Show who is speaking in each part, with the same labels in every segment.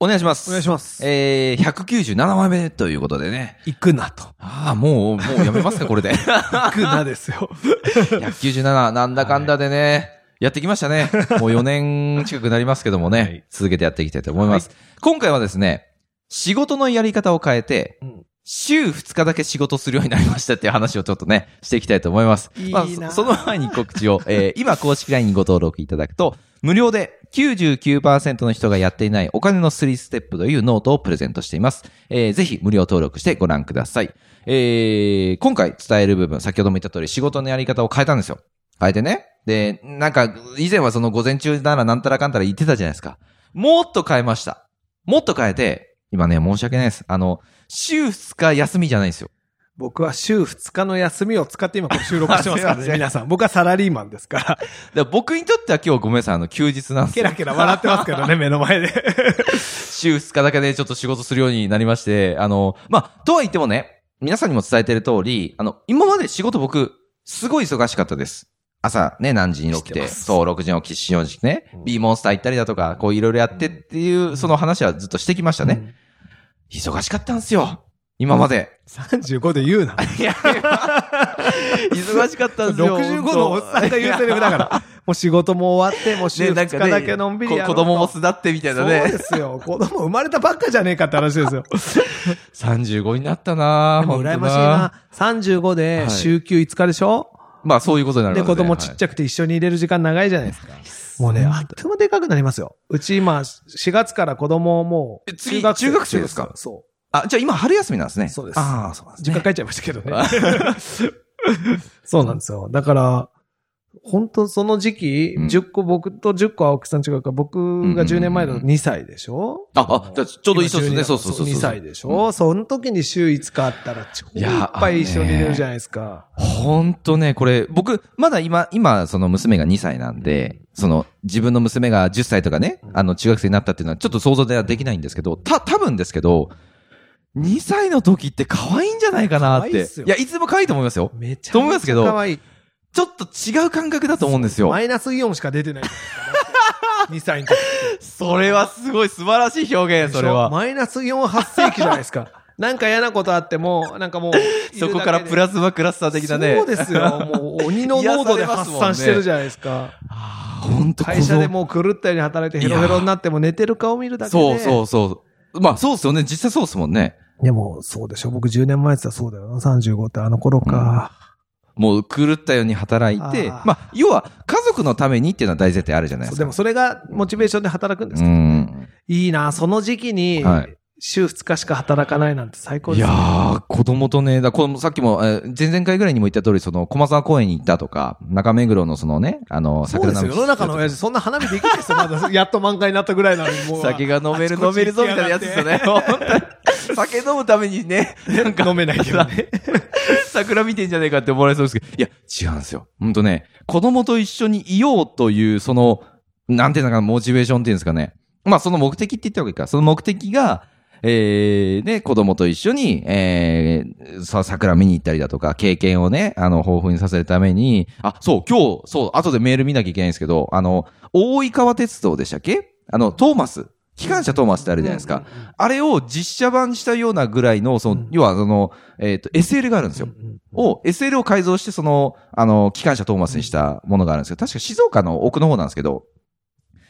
Speaker 1: お願いします。
Speaker 2: お願いします
Speaker 1: えー、197枚目ということでね。
Speaker 2: 行くなと。
Speaker 1: ああ、もう、もうやめますか、こ れで。
Speaker 2: 行くなですよ。
Speaker 1: 197、なんだかんだでね、やってきましたね。もう4年近くなりますけどもね、
Speaker 2: はい
Speaker 1: 続けてやっていきたいと思います。今回はですね、仕事のやり方を変えて、
Speaker 2: うん
Speaker 1: 週2日だけ仕事するようになりましたっていう話をちょっとね、 していきたいと思います。
Speaker 2: いい
Speaker 1: ま
Speaker 2: な
Speaker 1: あ、そその前に告知を、えー 今公式 LINE にご登録いただくと、無料で99%の人がやっていないお金の3ステップというノートをプレゼントしています。えーぜひ無料登録してご覧ください。えー今回伝える部分、先ほども言った通り仕事のやり方を変えたんですよ。変えてね。で、なんか、以前はその午前中ならなんたらかんたら言ってたじゃないですか。もっと変えました。もっと変えて、今ね、申し訳ないです。あの、週2日休みじゃないんですよ。
Speaker 2: 僕は週2日の休みを使って今これ収録してますから
Speaker 1: すいま
Speaker 2: ね、
Speaker 1: せん
Speaker 2: 皆さん。僕はサラリーマンですから、
Speaker 1: だから僕にとっては今日ごめんなさい、あの、休日なんです
Speaker 2: ケ
Speaker 1: よ。
Speaker 2: ラケラ笑ってますけどね、目の前で。
Speaker 1: 週2日だけでちょっと仕事するようになりまして、あの、まあ、とは言ってもね、皆さんにも伝えてる通り、あの、今まで仕事僕、すごい忙しかったです。朝ね、何時に起き
Speaker 2: 知って
Speaker 1: て、
Speaker 2: ます
Speaker 1: そう、6時に起き、4時にね
Speaker 2: う、ん
Speaker 1: B モンスター行ったりだとか、こういろいろやってっていう、その話はずっとしてきましたね。忙しかったんですよ。今まで。
Speaker 2: 35で 言うな。
Speaker 1: いや、 忙しかったんで すよ。
Speaker 2: 65のおっさんが言うセリフだから。 もう仕事も終わって、もう週
Speaker 1: ね、な
Speaker 2: 2
Speaker 1: んか
Speaker 2: 日
Speaker 1: ね、
Speaker 2: だけのんびりやろ
Speaker 1: こ
Speaker 2: う
Speaker 1: 子
Speaker 2: と
Speaker 1: 供も巣立ってみたいな
Speaker 2: そう
Speaker 1: ね。
Speaker 2: ですよ。子供生まれたばっかじゃねえかって話ですよ。
Speaker 1: 35になったな
Speaker 2: でも
Speaker 1: 本当
Speaker 2: 羨ましいな。35で
Speaker 1: はい
Speaker 2: 週休5日でしょ、
Speaker 1: まあそういうことになる
Speaker 2: で、
Speaker 1: わけ
Speaker 2: 子供ちっちゃくて一緒に入れる時間長いじゃないですか。もうね、あっという間でかくなりますよ。うち今、4月から子供も
Speaker 1: え
Speaker 2: う、
Speaker 1: 次中
Speaker 2: 中
Speaker 1: 学
Speaker 2: 学
Speaker 1: 生
Speaker 2: 生
Speaker 1: で
Speaker 2: ですす
Speaker 1: か
Speaker 2: かそ
Speaker 1: はいあ、じゃあ今春休みなんですね。
Speaker 2: う。そうです。
Speaker 1: ああ、そうなんです
Speaker 2: 実
Speaker 1: ね
Speaker 2: 家。帰っちゃいましたけどね。 そうなんですよ。だから、本当その時期、
Speaker 1: うん
Speaker 2: 10個、僕と10個青木さん違うから、僕が10年前の2歳でしょ
Speaker 1: あ、あ、じゃあちょうどいいそうですね。
Speaker 2: 今12
Speaker 1: そうそうそうそう。
Speaker 2: 2歳でしょその時に週5日あったら、超いっぱい一緒にいれるじゃないですか。
Speaker 1: ほんとね、これ、僕、まだ今、今、その娘が2歳なんで、その、自分の娘が10歳とかね、あの、中学生になったっていうのは、ちょっと想像ではできないんですけど、た、多分ですけど、2歳の時って可愛いんじゃないかなっ
Speaker 2: 可愛い
Speaker 1: て。
Speaker 2: っすよ
Speaker 1: いや、いつでも可愛いと思いますよ。
Speaker 2: めち
Speaker 1: と思い
Speaker 2: ゃ
Speaker 1: ま
Speaker 2: く
Speaker 1: す
Speaker 2: ち
Speaker 1: け
Speaker 2: ゃ
Speaker 1: ど
Speaker 2: 可愛い。
Speaker 1: ちょっと違う感覚だと思うんですよ。
Speaker 2: マイナスイオンしか 出てないじゃないですか。2歳の時。
Speaker 1: それはすごい素晴らしい表現、それは。
Speaker 2: マイナス4発生期じゃないで すか。なんか嫌なことあっても、なんかもういるだけで、
Speaker 1: そこからプラズマクラスター的なね。
Speaker 2: そうですよ。もう鬼の濃度で発散してるじゃないです か。
Speaker 1: あー。本当
Speaker 2: 会社でもう狂ったように働いてヘロヘロになっても寝てる顔見るだけで。
Speaker 1: そうそうそう。まあそうですよね。実際そうですもんね。
Speaker 2: う。でも、そうでしょ。僕10年前って言ったらそうだよな。35ってあの頃か。
Speaker 1: もう狂ったように働いて、
Speaker 2: あー
Speaker 1: まあ、要は家族のためにっていうのは大前提あるじゃないで
Speaker 2: そう
Speaker 1: す
Speaker 2: で
Speaker 1: か。
Speaker 2: もそれがモチベーションで働くんです
Speaker 1: う
Speaker 2: けど、
Speaker 1: ん。
Speaker 2: いいな。その時期に
Speaker 1: はい、
Speaker 2: 週2日しか働かないなんて最高
Speaker 1: い
Speaker 2: です
Speaker 1: や
Speaker 2: ね、
Speaker 1: ー、子供とね、だ子供さっきも、えー前々回ぐらいにも言った通り、その、駒沢公園に行ったとか、中目黒のそのね、あの、
Speaker 2: そう
Speaker 1: 桜
Speaker 2: ですよ。世の中の親父、そんな花火できないですよ。まだ、やっと満開になったぐらいなのに、もう。
Speaker 1: 酒が飲める飲めるぞみたいなやつですよね。本当に酒飲むためにね、なんか。
Speaker 2: 飲めないけどね。
Speaker 1: 桜見てんじゃねえかって思われそうですけど、いや、違うんですよ。ほんとね、子供と一緒にいようという、その、なんていうのかな、モチベーションっていうんですかね。まあ、その目的って言った方がいいか。その目的が、えー、ね、子供と一緒に、えー、さ、桜見に行ったりだとか、経験をね、あの、豊富にさせるために、あ、そう、今日、そう、後でメール見なきゃいけないんですけど、あの、大井川鉄道でしたっけあの、トーマス、機関車トーマスってあるじゃないですか。あれを実写版したようなぐらいの、その、
Speaker 2: うん
Speaker 1: 要はその、えっ、と、SL があるんですよ。を、SL を改造して、その、あの、機関車トーマスにしたものがあるんですけど、確か静岡の奥の方なんですけど、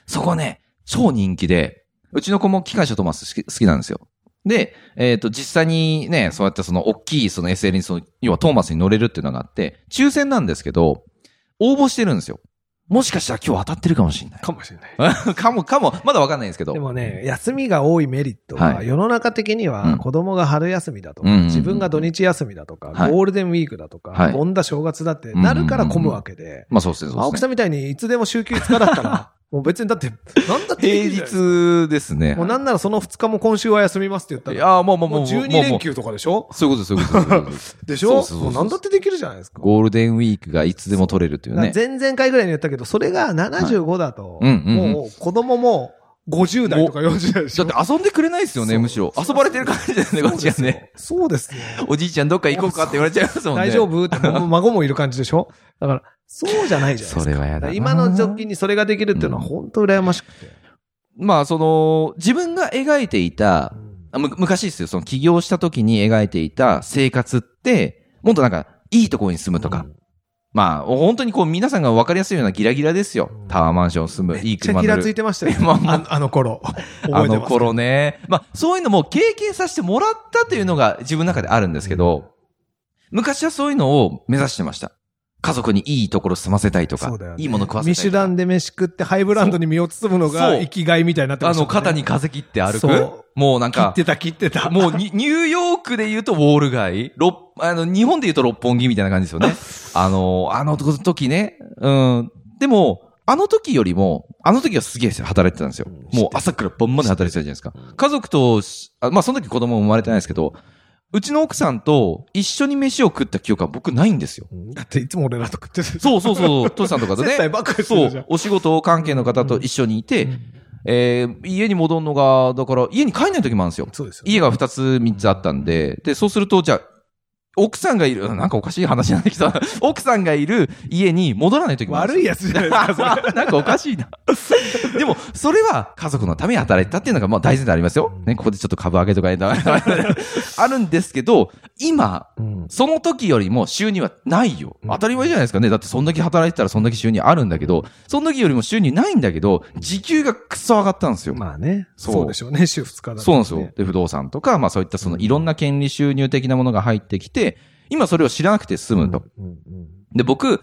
Speaker 1: そこね、超人気で、うちの子も機関車トーマス好き好きなんですよ。で、えっ、と、実際にね、そうやってその、大きいその SL に、その、要はトーマスに乗れるっていうのがあって、抽選なんですけど、応募してるんですよ。もしかしたら今日当たってるかもしれな
Speaker 2: かもしれない。
Speaker 1: い。かも、かも、まだわかんないんですけど。
Speaker 2: でもね、休みが多いメリットは、
Speaker 1: はい
Speaker 2: 世の中的に
Speaker 1: うん
Speaker 2: は子供が春休みだとか、
Speaker 1: うんうんうん
Speaker 2: 自分が土日休みだとか、
Speaker 1: はい
Speaker 2: ゴールデンウィークだとか、
Speaker 1: はい
Speaker 2: 盆だ正月だってなるから混むわけで、
Speaker 1: まあそうですね、そうですね。
Speaker 2: 青木さんみたいにいつでも週休5日だったら、もう別にだって、なんだってできるじゃないですか
Speaker 1: 平日ですね
Speaker 2: もう。なんならその2日も今週は休みますって言った
Speaker 1: い
Speaker 2: ら、
Speaker 1: やー、もうもうもう
Speaker 2: もう
Speaker 1: もう。
Speaker 2: 12連休とかでしょ
Speaker 1: そういうことです、そういうことです そういうことです。
Speaker 2: でしょ
Speaker 1: そうそうそう
Speaker 2: もうなんだってできるじゃないですか。
Speaker 1: ゴールデンウィークがいつでも取れるというね。
Speaker 2: 前々回ぐらいに言ったけど、それが75だと、
Speaker 1: うんうんうん
Speaker 2: もう子供も50代とか40代でし
Speaker 1: だ
Speaker 2: ょ。
Speaker 1: って遊んでくれないですよね、
Speaker 2: そう
Speaker 1: むしろ。遊ばれてる感じですね、こっちがね。
Speaker 2: そうですね。
Speaker 1: おじいちゃんどっか行こうかって言われちゃいますもんね。
Speaker 2: 大丈夫って、もう孫もいる感じでしょだから、そうじゃないじゃないですか。
Speaker 1: それはやだな
Speaker 2: から今の時にそれができるっていうのは本当羨ましくて。
Speaker 1: まあ、その、自分が描いていた、あむ昔ですよ、その起業した時に描いていた生活って、もっとなんか、いいところに住むとか、まあ、本当にこう、皆さんが分かりやすいようなギラギラですよ。
Speaker 2: うん
Speaker 1: タワーマンション住む、い
Speaker 2: め
Speaker 1: い
Speaker 2: っちゃ
Speaker 1: 車
Speaker 2: ギ
Speaker 1: 乗
Speaker 2: ラつ
Speaker 1: る。
Speaker 2: いてましたよ、ね
Speaker 1: まあまあ
Speaker 2: あ。あの頃。覚えてま
Speaker 1: あ
Speaker 2: す
Speaker 1: の頃ね。まあ、そういうのも経験させてもらったというのが自分の中であるんですけど、昔はそういうのを目指してました。家族にいいところ住ませたいとか、
Speaker 2: そうだよね
Speaker 1: いいもの食わせたい
Speaker 2: ミ
Speaker 1: とか。
Speaker 2: シュランで飯食ってハイブランドに身を包むのが
Speaker 1: そう
Speaker 2: 生きがいみたいになって
Speaker 1: あ
Speaker 2: ました
Speaker 1: の、
Speaker 2: もんね、
Speaker 1: 肩に風切って歩
Speaker 2: そう
Speaker 1: くもうなん
Speaker 2: 切っ
Speaker 1: か、
Speaker 2: てた切ってた。
Speaker 1: もうにニューヨークで言うとウォール街六あの、日本で言うと六本木みたいな感じです よね。あの、あの時ね。うん。でも、あの時よりも、あの時はすげえ働いてたんですよ。もう朝から晩まで働いてたじゃないですか。家族とし、あまあその時子供も生まれてないですけど、うちの奥さんと一緒に飯を食った記憶は僕ないんですよ。
Speaker 2: だっていつも俺らと食ってる。
Speaker 1: そうそうそう、トシさんとかと
Speaker 2: 接待
Speaker 1: ね。
Speaker 2: ばっかりす
Speaker 1: そ
Speaker 2: るじゃ。、
Speaker 1: うんお仕事関係の方と一緒にいて、えー家に戻るのが、だから家に帰んない時もあるんですよ。
Speaker 2: そうですよね。
Speaker 1: 家が2つ3つあったんで、で、そうすると、じゃあ、奥さんがいる、なんかおかしい話になってきた。 奥さんがいる家に戻らないときもあるん
Speaker 2: 悪
Speaker 1: で
Speaker 2: いやつじゃない
Speaker 1: すよ。
Speaker 2: ですか、それ。
Speaker 1: なんかおかしいな。でも、それは家族のために働いてたっていうのが、まあ大前提ありますよ。ね、ここでちょっと株上げとかね あるんですけど、今、 その時よりも収入はないよ。当たり前じゃないですかね。だってそんだけ働いてたらそんだけ収入あるんだけど、その時よりも収入ないんだけど、時給がくっそ上がったんですよ。
Speaker 2: まあね。
Speaker 1: そう
Speaker 2: そうでしょうね、週2日だ、
Speaker 1: そうなんですよ。。で、不動産とか、まあそういったそのいろんな権利収入的なものが入ってきて、今それを知らなくて済むと。で、僕、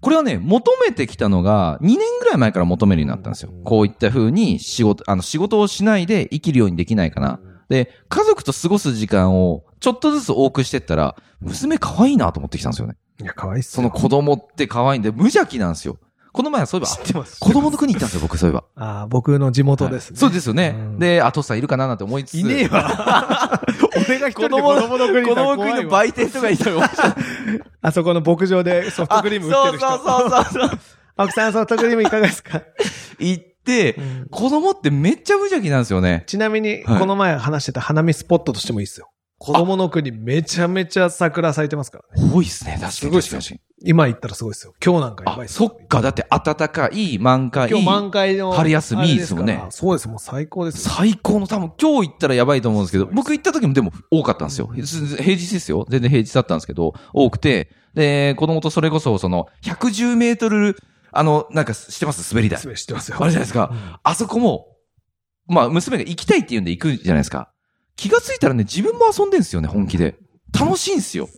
Speaker 1: これはね、求めてきたのが、2年ぐらい前から求めるようになったんですよ。こういった風に仕事、あの、仕事をしないで生きるようにできないかな。で、家族と過ごす時間をちょっとずつ多くしてったら、娘可愛いなと思ってきたんですよね。
Speaker 2: いや、かわいっす
Speaker 1: そ
Speaker 2: よ
Speaker 1: の子供って可愛いんで、無邪気なんですよ。この前はそういえ
Speaker 2: 知っ
Speaker 1: ば、
Speaker 2: てます。
Speaker 1: 子供の国行ったんですよ、僕そういえば。
Speaker 2: ああ、僕の地元です、
Speaker 1: そうですよね
Speaker 2: う。ん
Speaker 1: で、あ、父さんいるかななんて思いつつ。
Speaker 2: いねえ わ。俺が一人
Speaker 1: 子
Speaker 2: で子
Speaker 1: 供の
Speaker 2: 供の国に
Speaker 1: 子供
Speaker 2: いたら怖
Speaker 1: 食い
Speaker 2: い
Speaker 1: の
Speaker 2: わ
Speaker 1: 売店とかにいたら面白い。
Speaker 2: あそこの牧場でソフトクリーム売ってる人。
Speaker 1: あそうそうそうそう。
Speaker 2: 青木さん、ソフトクリームいかがで すか、
Speaker 1: 行って、子供ってめっちゃ無邪気なんですよね。
Speaker 2: ちなみに、
Speaker 1: はい
Speaker 2: この前話してた花見スポットとしてもいいですよ。子供の国めちゃめちゃ桜咲いてますからね。
Speaker 1: 多いっすね、確かに。
Speaker 2: すごいっすよ今行ったらすごいですよ。今日なんかやばい
Speaker 1: あ、
Speaker 2: です
Speaker 1: そ
Speaker 2: よ。
Speaker 1: っか、だって暖かい、満開。
Speaker 2: 今日満開の。
Speaker 1: 春休みですもんね
Speaker 2: あれからそうです、もう最高ですよ。
Speaker 1: 最高の多分今日行ったらやばいと思うんですけど、僕行った時もでも多かったんですよ。す平日ですよ。全然平日だったんですけど、多くて、で、子供とそれこそその110メートル、あの、なんかしてます滑り台。
Speaker 2: すべ知ってますよ。
Speaker 1: あれじゃないですか。あそこも、まあ、娘が行きたいって言うんで行くじゃないですか。気がついたらね、自分も遊んでんすよね、本気で。楽しいんすよ。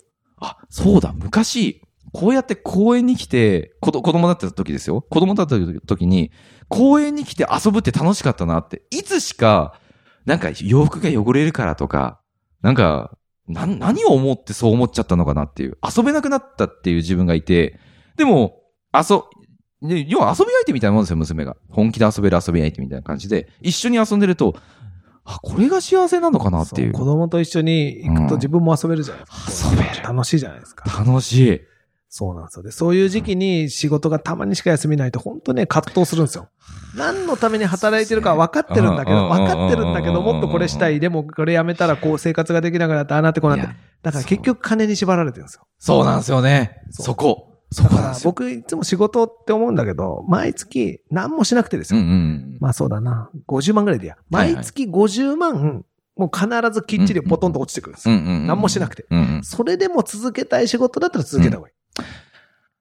Speaker 1: あ、そうだ、昔、こうやって公園に来て、子ど子供だった時ですよ。子供だった時に、公園に来て遊ぶって楽しかったなって、いつしか、なんか洋服が汚れるからとか、なんか、なん、何を思ってそう思っちゃったのかなっていう、遊べなくなったっていう自分がいて、でも、遊、で、要は遊び相手みたいなもんですよ、娘が。本気で遊べる遊び相手みたいな感じで、一緒に遊んでると、あ、これが幸せなのかなっていう。
Speaker 2: そう子供と一緒に行くと自分も遊べるじゃないですか。
Speaker 1: うん遊べる
Speaker 2: 楽しいじゃないですか。
Speaker 1: 楽しい。
Speaker 2: そうなんですよ。で、そういう時期に仕事がたまにしか休みないと、本当ね、葛藤するん ですよ。何のために働いてるか分かってるんだけど、
Speaker 1: そう
Speaker 2: 分
Speaker 1: ですね
Speaker 2: かってるんだけ
Speaker 1: うんうんう
Speaker 2: ど、
Speaker 1: んうんうん
Speaker 2: もっとこれしたい。でも、これやめたら、こう、生活ができなくなって、ああなってこうなって
Speaker 1: いや。
Speaker 2: だから結局金に縛られてるんですよ。
Speaker 1: そうなんですよね。
Speaker 2: そ
Speaker 1: そうこ。そ
Speaker 2: だ
Speaker 1: こ
Speaker 2: か
Speaker 1: なん
Speaker 2: ら
Speaker 1: ですよ。
Speaker 2: 僕いつも仕事って思うんだけど、毎月何もしなくてです
Speaker 1: うん
Speaker 2: よ。
Speaker 1: うん。
Speaker 2: まあそうだな。50万ぐらいでいいや。
Speaker 1: はいはい
Speaker 2: 毎月50万、もう必ずきっちりポトンと落ちてくるんです
Speaker 1: うん
Speaker 2: よ。
Speaker 1: うんうん。
Speaker 2: 何もしなくて。
Speaker 1: うんうん。
Speaker 2: それでも続けたい仕事だったら続けた方がいい。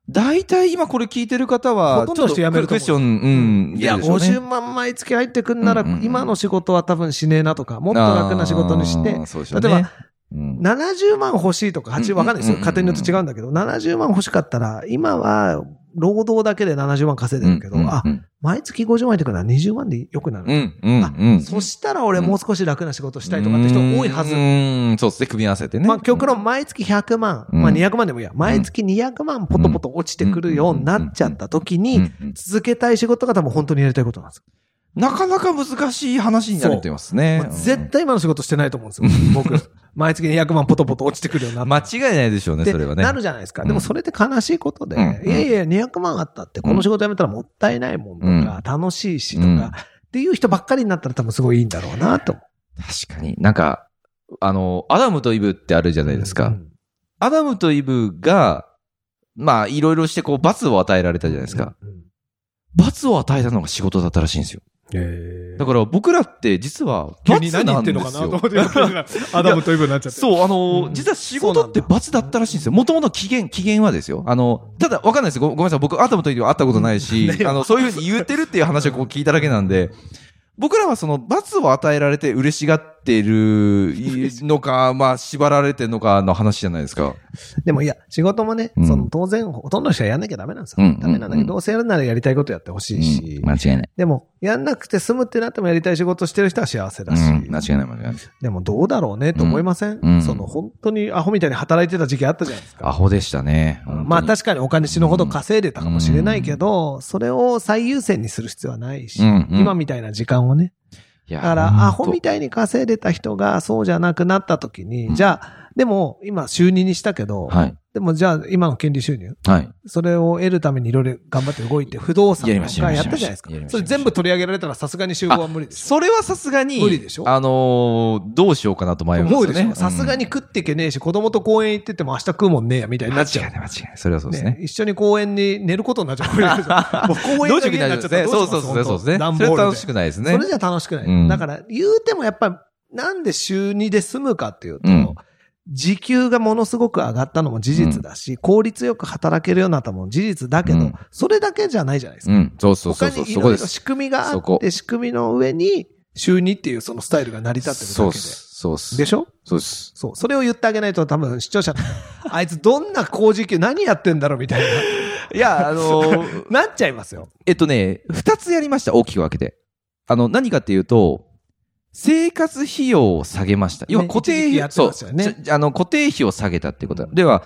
Speaker 1: 大体今これ聞いてる方は、
Speaker 2: ほとんどの人
Speaker 1: ちょっ
Speaker 2: 辞める
Speaker 1: ク
Speaker 2: と思う
Speaker 1: ッション、うん。
Speaker 2: いや、
Speaker 1: でしょうね
Speaker 2: 50万毎月入ってくんなら
Speaker 1: うんうんう、ん
Speaker 2: 今の仕事は多分しねえなとか、もっと楽な仕事にして
Speaker 1: あ、ーそうでしょう
Speaker 2: 例
Speaker 1: ね
Speaker 2: えば、
Speaker 1: うん
Speaker 2: 70万欲しいとか、8、わかんないですよ。
Speaker 1: うんうんうんうん
Speaker 2: 家庭によって違うんだけど、70万欲しかったら、今は労働だけで70万稼いでるけど、
Speaker 1: うんうん
Speaker 2: あ
Speaker 1: う、ん
Speaker 2: 毎月50万入ってくるなら20万でよくなる。
Speaker 1: うんうんうん。
Speaker 2: そしたら俺もう少し楽な仕事したいとかって人多いはず
Speaker 1: う。ーん、そうですね、組み合わせてね。
Speaker 2: まあ、極論毎月100万、
Speaker 1: うん
Speaker 2: まあ200万でもいいや。毎月200万ポトポト落ちてくるようになっちゃった時
Speaker 1: うんう
Speaker 2: に、
Speaker 1: ん
Speaker 2: 続けたい仕事が多分本当にやりたいことなんですよ。
Speaker 1: なかなか難しい話になってますね
Speaker 2: も。う絶対今の仕事してないと思うんですよ。 僕。毎月200万ポトポト落ちてくるようにな
Speaker 1: う
Speaker 2: っ
Speaker 1: ん
Speaker 2: て
Speaker 1: 間違いないでしょうね、
Speaker 2: で
Speaker 1: それはね。
Speaker 2: なるじゃないですか。で
Speaker 1: うん
Speaker 2: もそれって悲しいことで、
Speaker 1: うん
Speaker 2: いやいや、200万あったって、この仕事辞めたらもったいないもんとか、楽しいしとか、
Speaker 1: うん
Speaker 2: っていう人ばっかりになったら多分すごいいいんだろうなと思
Speaker 1: 確かに。なんか、あの、アダムとイブってあるじゃ
Speaker 2: う。
Speaker 1: ないですか。
Speaker 2: うん
Speaker 1: アダムとイブが、まあ、いろいろしてこう、罰を与えられたじゃないですか。。
Speaker 2: うん
Speaker 1: 罰を与えたのが仕事だったらしいんですよ。
Speaker 2: へ
Speaker 1: だから僕らって実は、
Speaker 2: 急
Speaker 1: 罰
Speaker 2: に何
Speaker 1: な
Speaker 2: 言
Speaker 1: ん
Speaker 2: って
Speaker 1: で
Speaker 2: ん
Speaker 1: す
Speaker 2: の
Speaker 1: よ
Speaker 2: かなと思ってやってるから、アダムとイブになっちゃっ て。
Speaker 1: そう、あのー
Speaker 2: うん
Speaker 1: 実は仕事って罰だったらしいんですよ。もともと期限、期限はですよ。あの、ただ、わかんないですごごめんなさい。僕、アダムとイブは会ったことないし、あの、そういうふうに言ってるっていう話をこう聞いただけなんで、僕らはその罰を与えられて嬉しがってるのか、まあ、縛られてるのかの話じゃないですか。
Speaker 2: でもいや、仕事もね、
Speaker 1: うん
Speaker 2: その当然、ほとんどの人はやんなきゃダメなんです
Speaker 1: うんうんう
Speaker 2: よ
Speaker 1: ん。
Speaker 2: ダメなんだけど、どうせやるならやりたいことやってほしいし、
Speaker 1: 違いない。
Speaker 2: でも、やんなくて済むってなってもやりたい仕事してる人は幸せ
Speaker 1: う
Speaker 2: だし、
Speaker 1: ん、間違いない、間違いない。
Speaker 2: でもどうだろうねと思いません、
Speaker 1: うん
Speaker 2: その本当にアホみたいに働いてた時期あったじゃないですか。
Speaker 1: アホでしたね。
Speaker 2: まあ確かにお金死ぬほど稼いでたかもしれないけど、それを最優先にする必要はないし、
Speaker 1: うんうん
Speaker 2: 今みたいな時間をね。
Speaker 1: に
Speaker 2: だから、アホみたいに稼いでた人がそうじゃなくなった時に、
Speaker 1: うん
Speaker 2: じゃあ、でも今収入にしたけど、
Speaker 1: はい。
Speaker 2: でもじゃあ今の権利収入、
Speaker 1: はい。
Speaker 2: それを得るためにいろいろ頑張って動いて不動産
Speaker 1: やり
Speaker 2: と
Speaker 1: ま
Speaker 2: か
Speaker 1: したやりま
Speaker 2: やっ
Speaker 1: した
Speaker 2: たじゃないですか
Speaker 1: やりま。した
Speaker 2: それ全部取り上げられたらさすがに集合は無理でしょ
Speaker 1: それはさすがに、
Speaker 2: 無理でしょ
Speaker 1: あのーどうしようかなと迷います
Speaker 2: 思
Speaker 1: よ
Speaker 2: う
Speaker 1: ね。
Speaker 2: でしょさすがに
Speaker 1: うん
Speaker 2: 食ってけねえし、子供と公園行ってても明日食うもんねえや、みたいになっちゃう。
Speaker 1: 間違いない、間違いない。それはそうです
Speaker 2: ね
Speaker 1: ね。
Speaker 2: 一緒に公園に寝ることになっちゃう。こ れもう公園
Speaker 1: どう
Speaker 2: の
Speaker 1: しよう
Speaker 2: 家に
Speaker 1: か
Speaker 2: な
Speaker 1: な
Speaker 2: っち
Speaker 1: い
Speaker 2: ゃった
Speaker 1: ね。
Speaker 2: らど
Speaker 1: そうう
Speaker 2: し
Speaker 1: そ
Speaker 2: ま
Speaker 1: う
Speaker 2: す
Speaker 1: そうそうですね。
Speaker 2: 段
Speaker 1: そ
Speaker 2: ボ
Speaker 1: れ
Speaker 2: ー
Speaker 1: は
Speaker 2: ルで
Speaker 1: 楽しくないですね。
Speaker 2: それじゃ楽しくない。
Speaker 1: うん
Speaker 2: だから、言うてもやっぱ、なんで週2で済むかっていうと、
Speaker 1: うん
Speaker 2: 時給がものすごく上がったのも事実だし、効率よく働けるようになったのも事実だけど、
Speaker 1: うん
Speaker 2: それだけじゃないじゃないです
Speaker 1: う
Speaker 2: か。
Speaker 1: ん、そうそうそ
Speaker 2: 他
Speaker 1: うそう、
Speaker 2: にい
Speaker 1: そこ
Speaker 2: ろ
Speaker 1: で
Speaker 2: い
Speaker 1: す
Speaker 2: ろ。仕組みがあ
Speaker 1: そ
Speaker 2: っ
Speaker 1: こ
Speaker 2: て、仕組みの上に、週2っていうそのスタイルが成り立ってるだけで。
Speaker 1: そうっす。そうっす。
Speaker 2: でしょ
Speaker 1: そうっす。
Speaker 2: そう。それを言ってあげないと多分視聴 者の、あいつどんな工事給何やってんだろうみたい
Speaker 1: いや、あの ー、
Speaker 2: な、なっちゃいますよ。
Speaker 1: えっとね、二つやりました、大きく分けて。あの、何かっていうと、生活費用を下げました。要は
Speaker 2: ね
Speaker 1: 固定費、
Speaker 2: 一時期やって
Speaker 1: そう
Speaker 2: ましたよね
Speaker 1: ちょあの、固定費を下げたってことだ。
Speaker 2: うん
Speaker 1: では、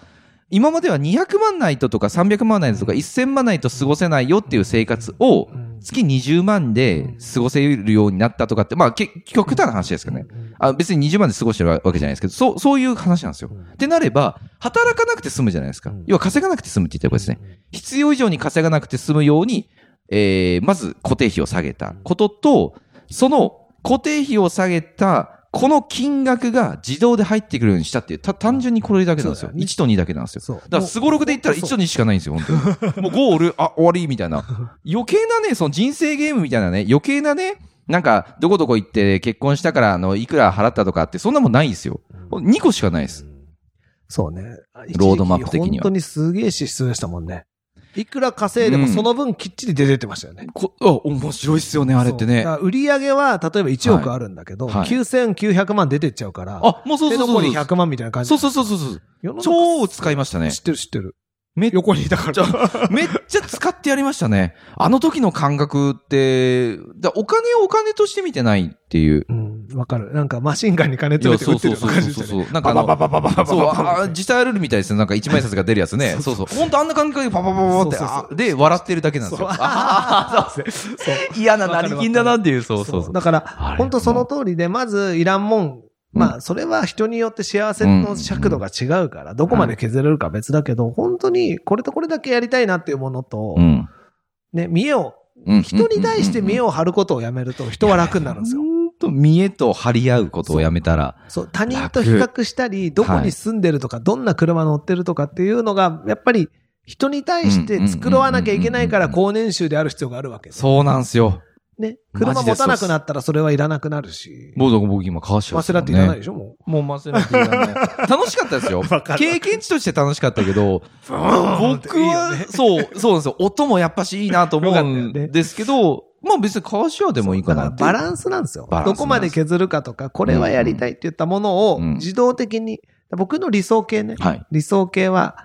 Speaker 1: 今までは200万ないととか300万ないととか1000万ないと過ごせないよっていう生活を
Speaker 2: うん
Speaker 1: 月20万で過ごせるようになったとかって、まあ、け極端な話ですけどね。あ別に20万で過ごしてるわけじゃないですけど、そう、そういう話なんですよ。ってなれば、働かなくて済むじゃないですか
Speaker 2: うん。
Speaker 1: 要は稼がなくて済むって言ったらですね。必要以上に稼がなくて済むように、えー、まず固定費を下げたことと、その固定費を下げた、この金額が自動で入ってくるようにしたっていう、た、単純にこれだけなんですよ。
Speaker 2: そうだよね
Speaker 1: 1と2だけなんですよ。
Speaker 2: そう。
Speaker 1: だから、スゴロクで言ったら1と2しかないんですよ、本 当に。もうゴール、あ、終わり、みたいな。余計なね、その人生ゲームみたいなね、余計なね、なんか、どこどこ行って結婚したから、あの、いくら払ったとかって、そんなもんないんですよ。
Speaker 2: うん
Speaker 1: 2個しかないです。
Speaker 2: そうね。
Speaker 1: ロードマップ的には
Speaker 2: 一時期本当にすげえ支出でしたもんね。いくら稼いで
Speaker 1: う
Speaker 2: も
Speaker 1: ん
Speaker 2: その分きっちり出てってましたよね。
Speaker 1: こあ、面白いっすよね、あれってね
Speaker 2: そう。だ。から売り上げは、例えば1億あるんだけど、
Speaker 1: はいはい
Speaker 2: 9900万出てっちゃうから、
Speaker 1: あ、もうそう
Speaker 2: 手
Speaker 1: そう
Speaker 2: 残
Speaker 1: そう
Speaker 2: り
Speaker 1: そう。
Speaker 2: 100万みたいな感じ。
Speaker 1: そうそうそうそうそう。
Speaker 2: 世の中
Speaker 1: 超使いましたね
Speaker 2: 知。ってる知ってる。
Speaker 1: め
Speaker 2: 横にいたから。
Speaker 1: めっちゃ使ってやりましたね。あの時の感覚って、だお金をお金として見てないっていう。
Speaker 2: うん、わかる。なんかマシンガンに金詰めて打ってるような感じでしたね。
Speaker 1: う。なんかあの、
Speaker 2: ババババババババ
Speaker 1: そう、
Speaker 2: バババ
Speaker 1: あ自体ルールみたいですね。なんか一枚札が出るやつね。そうそう。ほんとあんな感覚でパパパパパって
Speaker 2: そうそうそう
Speaker 1: あ、で、笑ってるだけなんですよ。あー
Speaker 2: そう
Speaker 1: そう嫌な成金だなっていう、そうそうそう。
Speaker 2: だから
Speaker 1: あ、れ
Speaker 2: 本当その通りで、まず、いらんもん。まあ、それは人によって幸せの尺度が違うから、どこまで削れるか別だけど、本当にこれとこれだけやりたいなっていうものと
Speaker 1: う、ん。
Speaker 2: ね、見栄を、
Speaker 1: うん
Speaker 2: 人に対して見栄
Speaker 1: よ
Speaker 2: を張ることをやめると人は楽になるんですよ。
Speaker 1: ほんと、見栄と張り合うことをやめたら。
Speaker 2: そう、他人と比較したり、どこに住んでるとか、どんな車乗ってるとかっていうのが、やっぱり人に対して繕わなきゃいけないから高年収である必要があるわけです。
Speaker 1: そうなんですよ。
Speaker 2: ね、
Speaker 1: マ
Speaker 2: 車
Speaker 1: ジで
Speaker 2: 持
Speaker 1: そう
Speaker 2: た
Speaker 1: っす
Speaker 2: なくなったらそれはいらなくなるし、
Speaker 1: もう僕今、川島
Speaker 2: 忘れっていらないでしょ、もう。
Speaker 1: もうマセラティが ね、楽しかったですよ
Speaker 2: わか。る
Speaker 1: 経験値として楽しかったけど、僕
Speaker 2: っていいよ
Speaker 1: は、
Speaker 2: ね
Speaker 1: そう、そうなんですよ。音もやっぱしいいなと思う
Speaker 2: よか
Speaker 1: ん
Speaker 2: ったよね
Speaker 1: ですけど、まあ別にカーシェアでもいいかな
Speaker 2: だ
Speaker 1: っ
Speaker 2: から
Speaker 1: て。
Speaker 2: バランスなんですよ。
Speaker 1: バランスなん
Speaker 2: ど
Speaker 1: です
Speaker 2: こまで削るかとか、これはやりたいって言ったものを
Speaker 1: うん
Speaker 2: 自動的に、僕の理想系ね、
Speaker 1: はい
Speaker 2: 理想系は、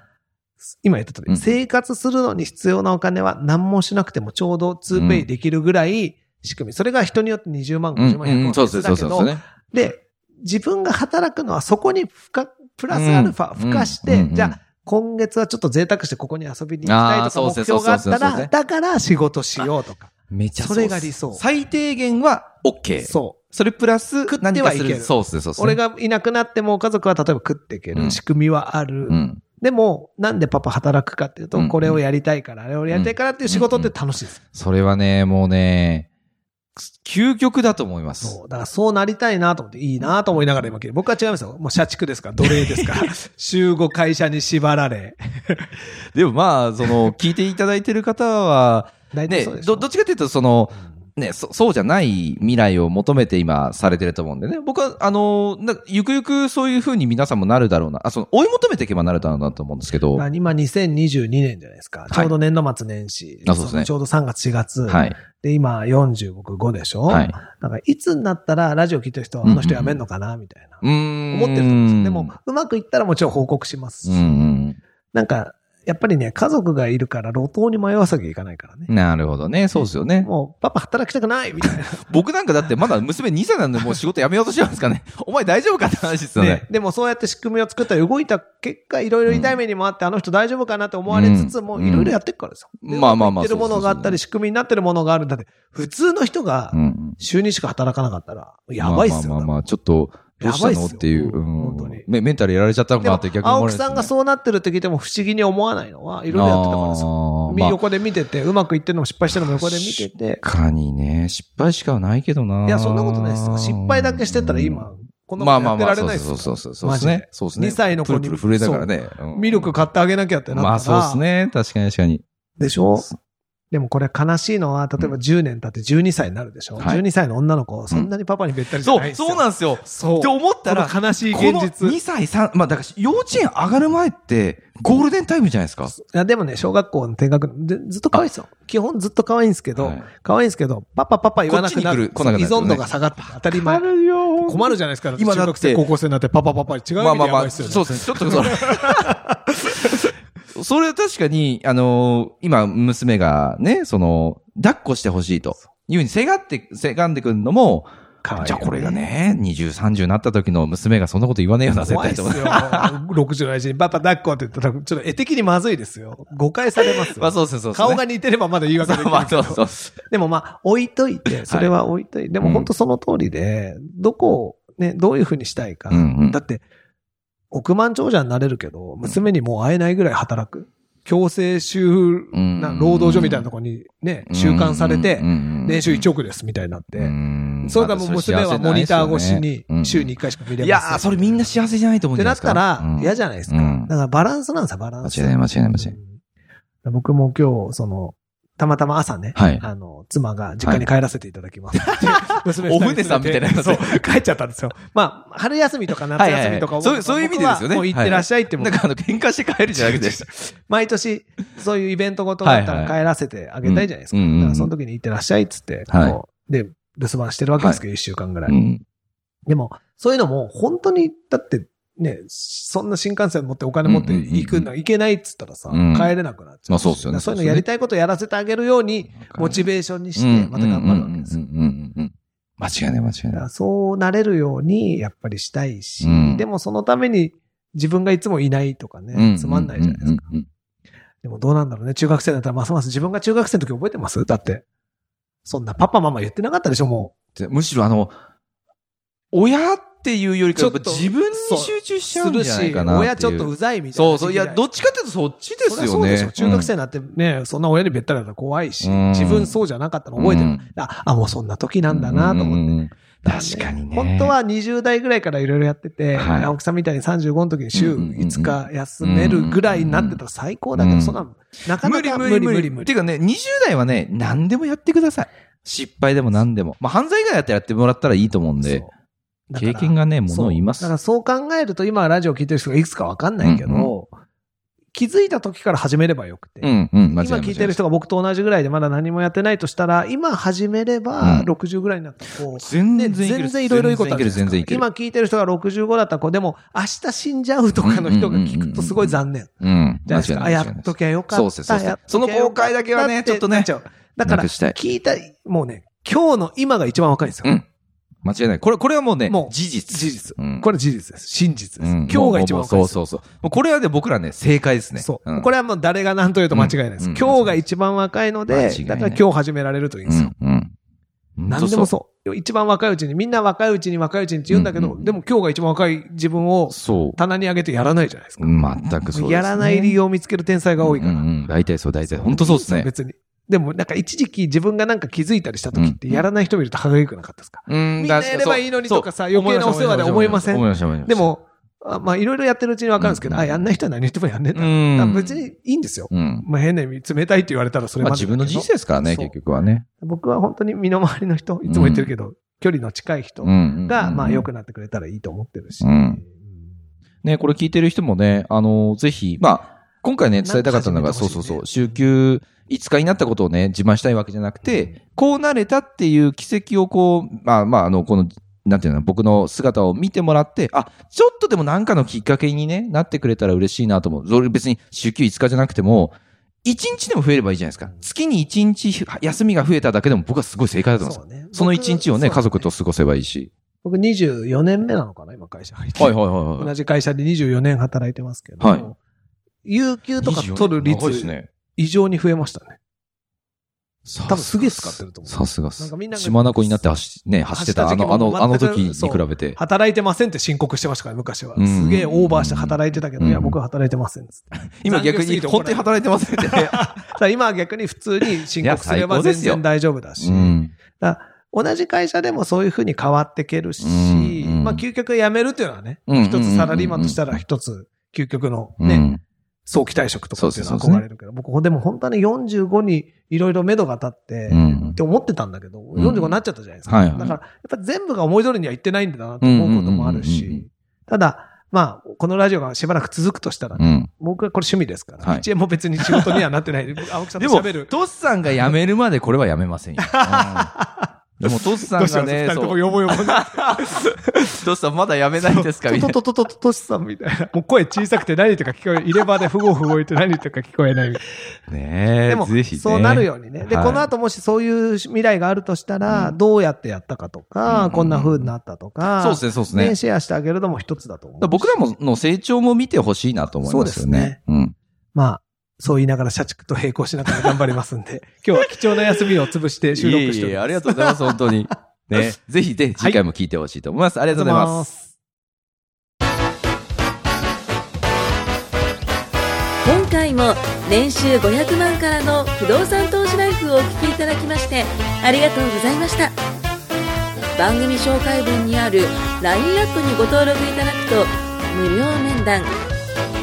Speaker 2: 今言った通り、
Speaker 1: うん
Speaker 2: 生活するのに必要なお金は何もしなくてもちょうど 2pay できるぐらい仕組み。それが人によって20万、
Speaker 1: うん
Speaker 2: 50万、100
Speaker 1: う
Speaker 2: 万
Speaker 1: ん、そうですね、そう
Speaker 2: だ
Speaker 1: で
Speaker 2: け
Speaker 1: す
Speaker 2: ど
Speaker 1: ねそうですね。
Speaker 2: で、自分が働くのはそこに付加、プラスアルファ、
Speaker 1: うん
Speaker 2: 付加し
Speaker 1: うん
Speaker 2: て
Speaker 1: う、ん
Speaker 2: じゃあ、今月はちょっと贅沢してここに遊びに行きたい
Speaker 1: あー
Speaker 2: とか
Speaker 1: そう
Speaker 2: 目
Speaker 1: ですね
Speaker 2: 標があった
Speaker 1: そうですねそうです
Speaker 2: ら、
Speaker 1: ね
Speaker 2: だから仕事しようとか。
Speaker 1: めちゃ
Speaker 2: それが理想
Speaker 1: 最低限は OK。そ
Speaker 2: そ
Speaker 1: それプラス、
Speaker 2: 食って
Speaker 1: 何かす
Speaker 2: はいける
Speaker 1: そうですね、そうで
Speaker 2: う。
Speaker 1: すね。
Speaker 2: 俺、がいなくなっても家族は例えば食っていけ
Speaker 1: うん
Speaker 2: る仕組みはある
Speaker 1: う。ん。
Speaker 2: でも、なんでパパ働くかっていう
Speaker 1: う
Speaker 2: と
Speaker 1: ん、
Speaker 2: これをやりたいから、あれをやりたいからっていう仕事って楽しいです。
Speaker 1: それはね、もうね、究極だと思います。
Speaker 2: そう。だからそうなりたいなと思って、いいなと思いながら今聞いて、僕は違いますよ。もう社畜ですから、奴隷で すから。週5会社に縛られ。
Speaker 1: でもまあ、その、聞いていただいてる方 は、
Speaker 2: 大体
Speaker 1: ね
Speaker 2: そうで、し
Speaker 1: ど、
Speaker 2: ょ
Speaker 1: どっちかっていうと、その、
Speaker 2: うん
Speaker 1: ね、そ、そうじゃない未来を求めて今されてると思うんでね。僕は、あの、なゆくゆくそういう風に皆さんもなるだろうな。あ、その、追い求めていけばなるだろうなと思うんですけど。
Speaker 2: まあ、
Speaker 1: は
Speaker 2: 今2022年じゃないですか。ちょうど年度末年始。
Speaker 1: あそうですね
Speaker 2: そのちょうど3月4月。
Speaker 1: い。
Speaker 2: で、今40僕5でしょ
Speaker 1: はい。
Speaker 2: なんかいつになったらラジオ聞いてる人はあの人辞めんのかなみたいな。
Speaker 1: うーん。
Speaker 2: 思ってると思うんですよ。でも、うまくいったらもちろん報告しますし。
Speaker 1: うん
Speaker 2: なんか、やっぱりね、家族がいるから路頭に迷わせなきゃいかないからね
Speaker 1: う。ん。なるほどね。そうですよね。
Speaker 2: もう、パパ働きたくないみた いな。
Speaker 1: 僕なんかだってまだ娘2歳なんでもう仕事辞めようとしてますからね。 お前大丈夫かって話ですよね
Speaker 2: ね。でもそうやって仕組みを作ったら動いた結果、いろいろ痛い目にもあって、あの人大丈夫かなって思われつつも、
Speaker 1: うん
Speaker 2: いろいろやっていくからですよ。で
Speaker 1: まあまあまあ
Speaker 2: やってるものがあ
Speaker 1: そ
Speaker 2: っ
Speaker 1: うそうそ
Speaker 2: た
Speaker 1: う
Speaker 2: り、仕組みになってるものがあるんだって、普通の人が
Speaker 1: うんうん。
Speaker 2: 週にしか働かなかったら、やばいっす
Speaker 1: まあま
Speaker 2: よ。
Speaker 1: あまあまあ、ちょっと、どうした
Speaker 2: やばい
Speaker 1: の
Speaker 2: っ
Speaker 1: っ
Speaker 2: すよ
Speaker 1: ていう。
Speaker 2: うん
Speaker 1: うん
Speaker 2: 本当に
Speaker 1: メメンタルやられちゃったの
Speaker 2: で
Speaker 1: かな
Speaker 2: も
Speaker 1: って逆に思わ
Speaker 2: 青
Speaker 1: れ
Speaker 2: 木
Speaker 1: る
Speaker 2: さんが
Speaker 1: う、
Speaker 2: そうなってるって聞いても不思議に思わないのは、い
Speaker 1: い
Speaker 2: ろいろやってたからですよ。
Speaker 1: まあ、
Speaker 2: 横で見てて、うまくいってるのも失敗してるのも横で見てて、
Speaker 1: 確かにね、失敗しかないけどな。
Speaker 2: いや、そんなことないですよ。失敗だけしてたら今、こんな
Speaker 1: まあ
Speaker 2: こ
Speaker 1: ま
Speaker 2: とや
Speaker 1: あ
Speaker 2: って
Speaker 1: ま
Speaker 2: ら
Speaker 1: あ、
Speaker 2: れ
Speaker 1: そう
Speaker 2: ないです
Speaker 1: そ
Speaker 2: よ
Speaker 1: うそうそう。そう
Speaker 2: マ
Speaker 1: で
Speaker 2: ジ
Speaker 1: すね
Speaker 2: で。
Speaker 1: そうですね。
Speaker 2: 2歳の子に
Speaker 1: プルプル震えながらね。うん
Speaker 2: ミルク買ってあげなきゃってなったら。
Speaker 1: まあそうですね。確かに確かに。
Speaker 2: でしょでもこれ悲しいのは、例えば10年経って12歳になるでしょ、
Speaker 1: はい
Speaker 2: ?12 歳の女の子、そんなにパパにべったりじゃない
Speaker 1: そう、そう
Speaker 2: んですよ。
Speaker 1: なんですよ。
Speaker 2: そう
Speaker 1: って思ったら
Speaker 2: この悲しい
Speaker 1: こ
Speaker 2: 現
Speaker 1: の
Speaker 2: 実。
Speaker 1: 2
Speaker 2: い
Speaker 1: 歳、3、まあだから幼稚園上がる前って、ゴールデンタイムじゃないですか。
Speaker 2: や、でもね、小学校の低学年で、ずっと可愛いですよ。基本ずっと可愛いんですけど、
Speaker 1: はい
Speaker 2: 可愛いんですけど、パパパパ言わなくな
Speaker 1: こっち
Speaker 2: る。
Speaker 1: に来る来なくなる
Speaker 2: 依存度が下がって、当たり前。困るじゃないですか。
Speaker 1: 今
Speaker 2: 今
Speaker 1: だって
Speaker 2: 中学生、高校生になってパパパパ違う意味で
Speaker 1: まあまあ
Speaker 2: や
Speaker 1: ま
Speaker 2: ばい
Speaker 1: あ、
Speaker 2: ですよね。
Speaker 1: そうですね。ちょっとそれ。 それは確かに、あのー今、娘がね、その、抱っこしてほしいと。いうふうにせがって、せがんでくるのも、
Speaker 2: 可愛いよね
Speaker 1: じゃあこれがね、20、30になった時の娘がそんなこと言わねえよな、絶
Speaker 2: 怖い
Speaker 1: 対
Speaker 2: です
Speaker 1: と
Speaker 2: よ。
Speaker 1: 思う。
Speaker 2: 60の愛人にパパ抱っこって言ったら、ちょっと絵的にまずいですよ。誤解されますよ。
Speaker 1: まあそうですね、そうですね。
Speaker 2: 顔が似てればまだ言い訳できる ん
Speaker 1: ま
Speaker 2: で
Speaker 1: あそ
Speaker 2: すけど
Speaker 1: うそうそう。
Speaker 2: でもまあ、置いといて、それは置いといて、で
Speaker 1: う
Speaker 2: も
Speaker 1: ん
Speaker 2: 本当その通りで、どこを、ね、どういうふうにしたいか。
Speaker 1: うんうん
Speaker 2: だって、億万長者になれるけど、娘にもう会えないぐらい働く。強制就
Speaker 1: うん
Speaker 2: な労働所みたいなところにね、収監されて、年収1億ですみたいになって。
Speaker 1: 億
Speaker 2: それからもう娘はモニター越しに週に1回しか見れ
Speaker 1: い
Speaker 2: ま
Speaker 1: や
Speaker 2: せん。
Speaker 1: ー、それみんな幸せじゃないと思う
Speaker 2: っ
Speaker 1: ん
Speaker 2: て
Speaker 1: じゃな
Speaker 2: な
Speaker 1: いで
Speaker 2: っ
Speaker 1: す
Speaker 2: た
Speaker 1: か。
Speaker 2: ら
Speaker 1: うん
Speaker 2: 嫌じゃないですか。
Speaker 1: うん
Speaker 2: だからバランスなんですよ、バランス。
Speaker 1: 間違いない間違いない間違いない
Speaker 2: うん僕も今日、その、たまたま朝ね、
Speaker 1: はい
Speaker 2: あの、妻が実家に帰らせていただきます。 娘二人
Speaker 1: お船さんみたいなやつ
Speaker 2: そう、帰っちゃったんですよ。まあ、春休みとか夏休みとか
Speaker 1: はいはいはいそうそういう意味でですよね
Speaker 2: 僕はもう行ってらっしゃいって、もう
Speaker 1: なんかあの、喧嘩して帰るじゃなくて。
Speaker 2: 毎年、そういうイベントごとだっ
Speaker 1: は
Speaker 2: たら
Speaker 1: いはい
Speaker 2: 帰らせてあげたいじゃないですか。
Speaker 1: うんうんうん
Speaker 2: だからその時に行ってらっしゃいっつって、
Speaker 1: はい
Speaker 2: こうで、留守番してるわけですけど、一、週間ぐらい。
Speaker 1: うん
Speaker 2: でも、そういうのも、本当に、だって、ね、そんな新幹線持ってお金持って行
Speaker 1: う
Speaker 2: く
Speaker 1: んうんうん
Speaker 2: の、行けないっつったらさ、
Speaker 1: うん
Speaker 2: 帰れなくなっちゃうし。
Speaker 1: まあそうっすよね
Speaker 2: だか
Speaker 1: そうっすよ
Speaker 2: らそういう
Speaker 1: ね
Speaker 2: のやりたいことやらせてあげるように、モチベーションにして、また頑張るわけですよ。
Speaker 1: うんうんうんうんうん間違いない間違い
Speaker 2: だか
Speaker 1: ない。
Speaker 2: らそうなれるように、やっぱりしたいし、
Speaker 1: うん
Speaker 2: でもそのために、自分がいつもいないとか
Speaker 1: う
Speaker 2: ね、つまんないじゃないですか。。
Speaker 1: うんうんうん
Speaker 2: でもどうなんだろうね。中学生だったらますます自分が中学生の時覚えてますだって。そんなパパママ言ってなかったでしょ、も
Speaker 1: でむしろあの、親っていうよりか、やっぱ
Speaker 2: ちょっと
Speaker 1: 自分
Speaker 2: そ
Speaker 1: に
Speaker 2: う
Speaker 1: 集中しち
Speaker 2: う。す
Speaker 1: ゃうん
Speaker 2: る
Speaker 1: じゃない
Speaker 2: し、
Speaker 1: かなっていう。
Speaker 2: 親ちょっとうざいみたいな。
Speaker 1: そうそう。いや、どっちかっていうとそっちで
Speaker 2: そ
Speaker 1: す
Speaker 2: りゃ
Speaker 1: よ
Speaker 2: そうで
Speaker 1: ね。
Speaker 2: しょ中学生になってね、そんな親にべったりだったら怖いし、
Speaker 1: うん
Speaker 2: 自分そうじゃなかったの覚えてる。あ、あ、もうそんな時なんだなと思って。
Speaker 1: 思って。確かにね。
Speaker 2: 本当は20代ぐらいからいろいろやってて、
Speaker 1: はい
Speaker 2: 青木さんみたいに35の時に週5日休めるぐらいになってたら最高だけ
Speaker 1: うん
Speaker 2: ど、そんな、なかなか無理無理無理無
Speaker 1: て
Speaker 2: 理。
Speaker 1: いうかね、20代はね、何でもやってください。失敗でも何でも。まあ、犯罪以外だったらやってもらったらいいと思うんで
Speaker 2: そ、うだから
Speaker 1: 経験がね、ものを言いま
Speaker 2: そうだ
Speaker 1: す
Speaker 2: か。らそう考えると、今ラジオ聞いてる人がいくつかわかんないけど、
Speaker 1: うん
Speaker 2: 気づいた時から始めればよくて。
Speaker 1: うん、うん、間違い
Speaker 2: 今聞いて
Speaker 1: 人。
Speaker 2: る人が僕と同じぐらいでまだ何もやってないとしたら、今始めれ
Speaker 1: う
Speaker 2: ば
Speaker 1: ん
Speaker 2: 60ぐらいになってこう、
Speaker 1: 全
Speaker 2: ね
Speaker 1: 然いける。
Speaker 2: 全然いろいろいいことあるじゃ
Speaker 1: 全
Speaker 2: ない
Speaker 1: 然い
Speaker 2: です
Speaker 1: ける。
Speaker 2: か。今聞いてる人が65だったらこうでも明日死んじゃうとかの人が聞くとすごい残念。
Speaker 1: うん。
Speaker 2: じゃないですか。あ、
Speaker 1: 間違
Speaker 2: や
Speaker 1: いない
Speaker 2: っときゃよかった。
Speaker 1: そうですそうです
Speaker 2: やっときゃよかった
Speaker 1: その後悔だけはね
Speaker 2: っ
Speaker 1: ち
Speaker 2: て
Speaker 1: ょっとね
Speaker 2: なちゃうだから、
Speaker 1: なくしたい
Speaker 2: 聞いた、もうね、今日の今が一番わかるんです
Speaker 1: う
Speaker 2: よ。
Speaker 1: ん間違いない。これ、これはもうね、
Speaker 2: もう
Speaker 1: 事実。
Speaker 2: 事実
Speaker 1: うん。
Speaker 2: これ事実です。真実です。
Speaker 1: うん
Speaker 2: 今日が一番わかる
Speaker 1: もうもう
Speaker 2: んです
Speaker 1: そ
Speaker 2: よ。
Speaker 1: うそうそう。もうこれはね、僕らね、正解ですね。
Speaker 2: そう、
Speaker 1: ん
Speaker 2: これはもう誰が何と言うと間違いないです。
Speaker 1: うん
Speaker 2: 今日が一番若いの
Speaker 1: 間
Speaker 2: で
Speaker 1: 違い、な
Speaker 2: だ
Speaker 1: い
Speaker 2: から今日始められるといいんですよ。
Speaker 1: うん。うん。
Speaker 2: 何でもそう。一番若いうちに、みんな若いうちに若いうちにって言うんだけど、
Speaker 1: うんうん
Speaker 2: でも今日が一番若い自分を
Speaker 1: そう。
Speaker 2: 棚に上げてやらないじゃないですか。
Speaker 1: 全くそうです、ね。
Speaker 2: やらない理由を見つける天才が多いから。
Speaker 1: うんうん、大体そう、大体。本当そうですね。
Speaker 2: 別に。でもなんか一時期自分がなんか気づいたりした時って
Speaker 1: うん
Speaker 2: やらない人見ると歯がゆくなかったですか、
Speaker 1: うん
Speaker 2: みんなやればいいのにとかさ、余計なお世話で思いません。
Speaker 1: 思いました、思いました
Speaker 2: で、も、あまあいろいろやってるうちにわかるんですけど、
Speaker 1: うん
Speaker 2: あ、やんない人は何言ってもやんねえんだ
Speaker 1: う
Speaker 2: だから
Speaker 1: ん。
Speaker 2: 別にいいんですよ。
Speaker 1: うん。
Speaker 2: まあ変な意味、冷たいって言われたらそれ
Speaker 1: まあ
Speaker 2: まで
Speaker 1: 自
Speaker 2: だけど。
Speaker 1: 分の人生ですからね、
Speaker 2: そう
Speaker 1: 結局はね。
Speaker 2: 僕は本当に身の回りの人、いつも言ってるけど、距離の近い人
Speaker 1: うんうんうん。
Speaker 2: が、まあ良くなってくれたらいいと思ってるし。
Speaker 1: うん
Speaker 2: うん
Speaker 1: ね、これ聞いてる人もね、あの、ぜひ、まあ、今回ね、伝えたかったの
Speaker 2: な
Speaker 1: が、
Speaker 2: んか
Speaker 1: そう
Speaker 2: 始
Speaker 1: そ
Speaker 2: め
Speaker 1: う
Speaker 2: てほしいね
Speaker 1: そう、週休5日になったことをね、自慢したいわけじゃなくて、
Speaker 2: うん
Speaker 1: こうなれたっていう奇跡をこう、まあまあ、あの、この、なんていうの、僕の姿を見てもらって、あ、ちょっとでもなんかのきっかけにね、なってくれたら嬉しいなと思う。それ別に週休5日じゃなくても、1日でも増えればいいじゃないですか。月に1日休みが増えただけでも僕はすごい正解だと思うんですよ。
Speaker 2: うね
Speaker 1: その1日をね、家族。と
Speaker 2: 僕
Speaker 1: 過ごせばいいし。
Speaker 2: 僕24年目なのかな、今会社入って。
Speaker 1: はいはいはいは
Speaker 2: 同
Speaker 1: い。
Speaker 2: じ会社で24年働いてますけど、
Speaker 1: はい
Speaker 2: 有給とか取る
Speaker 1: 長いです
Speaker 2: 率、
Speaker 1: ね。
Speaker 2: 異常に増えましたね。
Speaker 1: 多
Speaker 2: 多分すげえ使ってると思う
Speaker 1: さすがっ
Speaker 2: なん
Speaker 1: す
Speaker 2: かみん。なが
Speaker 1: 血眼になって走ね、走ってた、あ
Speaker 2: 走った時
Speaker 1: の、
Speaker 2: も
Speaker 1: あの、あの時に
Speaker 2: 全
Speaker 1: 比
Speaker 2: くそう
Speaker 1: べて。
Speaker 2: 働いてませんって申告してましたから、昔は。
Speaker 1: うん
Speaker 2: すげえオーバーして働いてたけど、
Speaker 1: うん
Speaker 2: いや、僕は働いてませんっつって。
Speaker 1: 今逆に、本当に働いてますね。
Speaker 2: さあ今は逆に普通に申告すれ
Speaker 1: いや最
Speaker 2: ば
Speaker 1: 高で
Speaker 2: 全
Speaker 1: すよ
Speaker 2: 然大丈夫だ し
Speaker 1: う、ん。
Speaker 2: 同じ会社でもそういうふうに変わっていけるし、
Speaker 1: うんうん
Speaker 2: まあ究極辞めるっていうのはね、
Speaker 1: うん
Speaker 2: 一つサラリーマンとしたら一つ究極の
Speaker 1: う
Speaker 2: ね、
Speaker 1: ん。
Speaker 2: 早期退職とかっていうのは
Speaker 1: そうですね
Speaker 2: 憧れるけど、僕でも本当に45にいろいろ目処が立って、
Speaker 1: うん
Speaker 2: って思ってたんだけど、
Speaker 1: ん
Speaker 2: 45になっちゃったじゃないですか。
Speaker 1: はいはい
Speaker 2: だから、やっぱ全部が思い通りにはいってないんだなと思うこともある
Speaker 1: うんうんうんうんうん
Speaker 2: し、ただ、まあ、このラジオがしばらく続くとしたら、
Speaker 1: うん。
Speaker 2: 僕はこれ趣味ですから、
Speaker 1: はい
Speaker 2: 一円も別に仕事にはなってない。青木さん
Speaker 1: で
Speaker 2: と
Speaker 1: も
Speaker 2: 喋る、。
Speaker 1: トスさんが辞めるまでこれは辞めませんよ。 うんでもトスさんがね
Speaker 2: どうします二、人とも
Speaker 1: そう
Speaker 2: よぼよぼな。
Speaker 1: トスさんまだ辞めないんですかみたいな。
Speaker 2: トトトトトトシさんみたいな。もう声小さくて何とか聞こえ、入れ歯で不合不合いて何とか聞こえないみたいな
Speaker 1: ねえ
Speaker 2: でも、
Speaker 1: ぜひね
Speaker 2: そうなるようにね。で、
Speaker 1: はい
Speaker 2: この後もしそういう未来があるとしたら、
Speaker 1: うん
Speaker 2: どうやってやったかと
Speaker 1: うんうんう
Speaker 2: か
Speaker 1: ん、
Speaker 2: こんな風になったとか、
Speaker 1: そうですね、そうですね
Speaker 2: ね。。シェアしてあげるのも一つだと思
Speaker 1: だ
Speaker 2: う
Speaker 1: から
Speaker 2: し。
Speaker 1: 僕らもの成長も見てほしいなと思いますよね。うん。
Speaker 2: まあ、そう言いながら社畜と並行しながら頑張りますん で、今日は貴重な休みを潰して収録してお
Speaker 1: いえいえ
Speaker 2: ります。
Speaker 1: ありがとうございます、本当 に。ね、ぜひぜひ次回も聞いてほしいと思います。ありがとうございます。
Speaker 2: す。
Speaker 3: 今回も年収500万からの不動産投資ライフをお聞きいただきましてありがとうございました番組紹介文にある LINE アップにご登録いただくと無料面談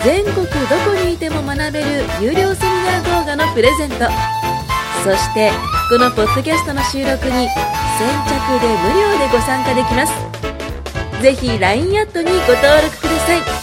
Speaker 3: 全国どこにいても学べる有料セミナー動画のプレゼントそしてこのポッドキャストの収録に先着で無料でご参加できますぜひ LINE アットにご登録ください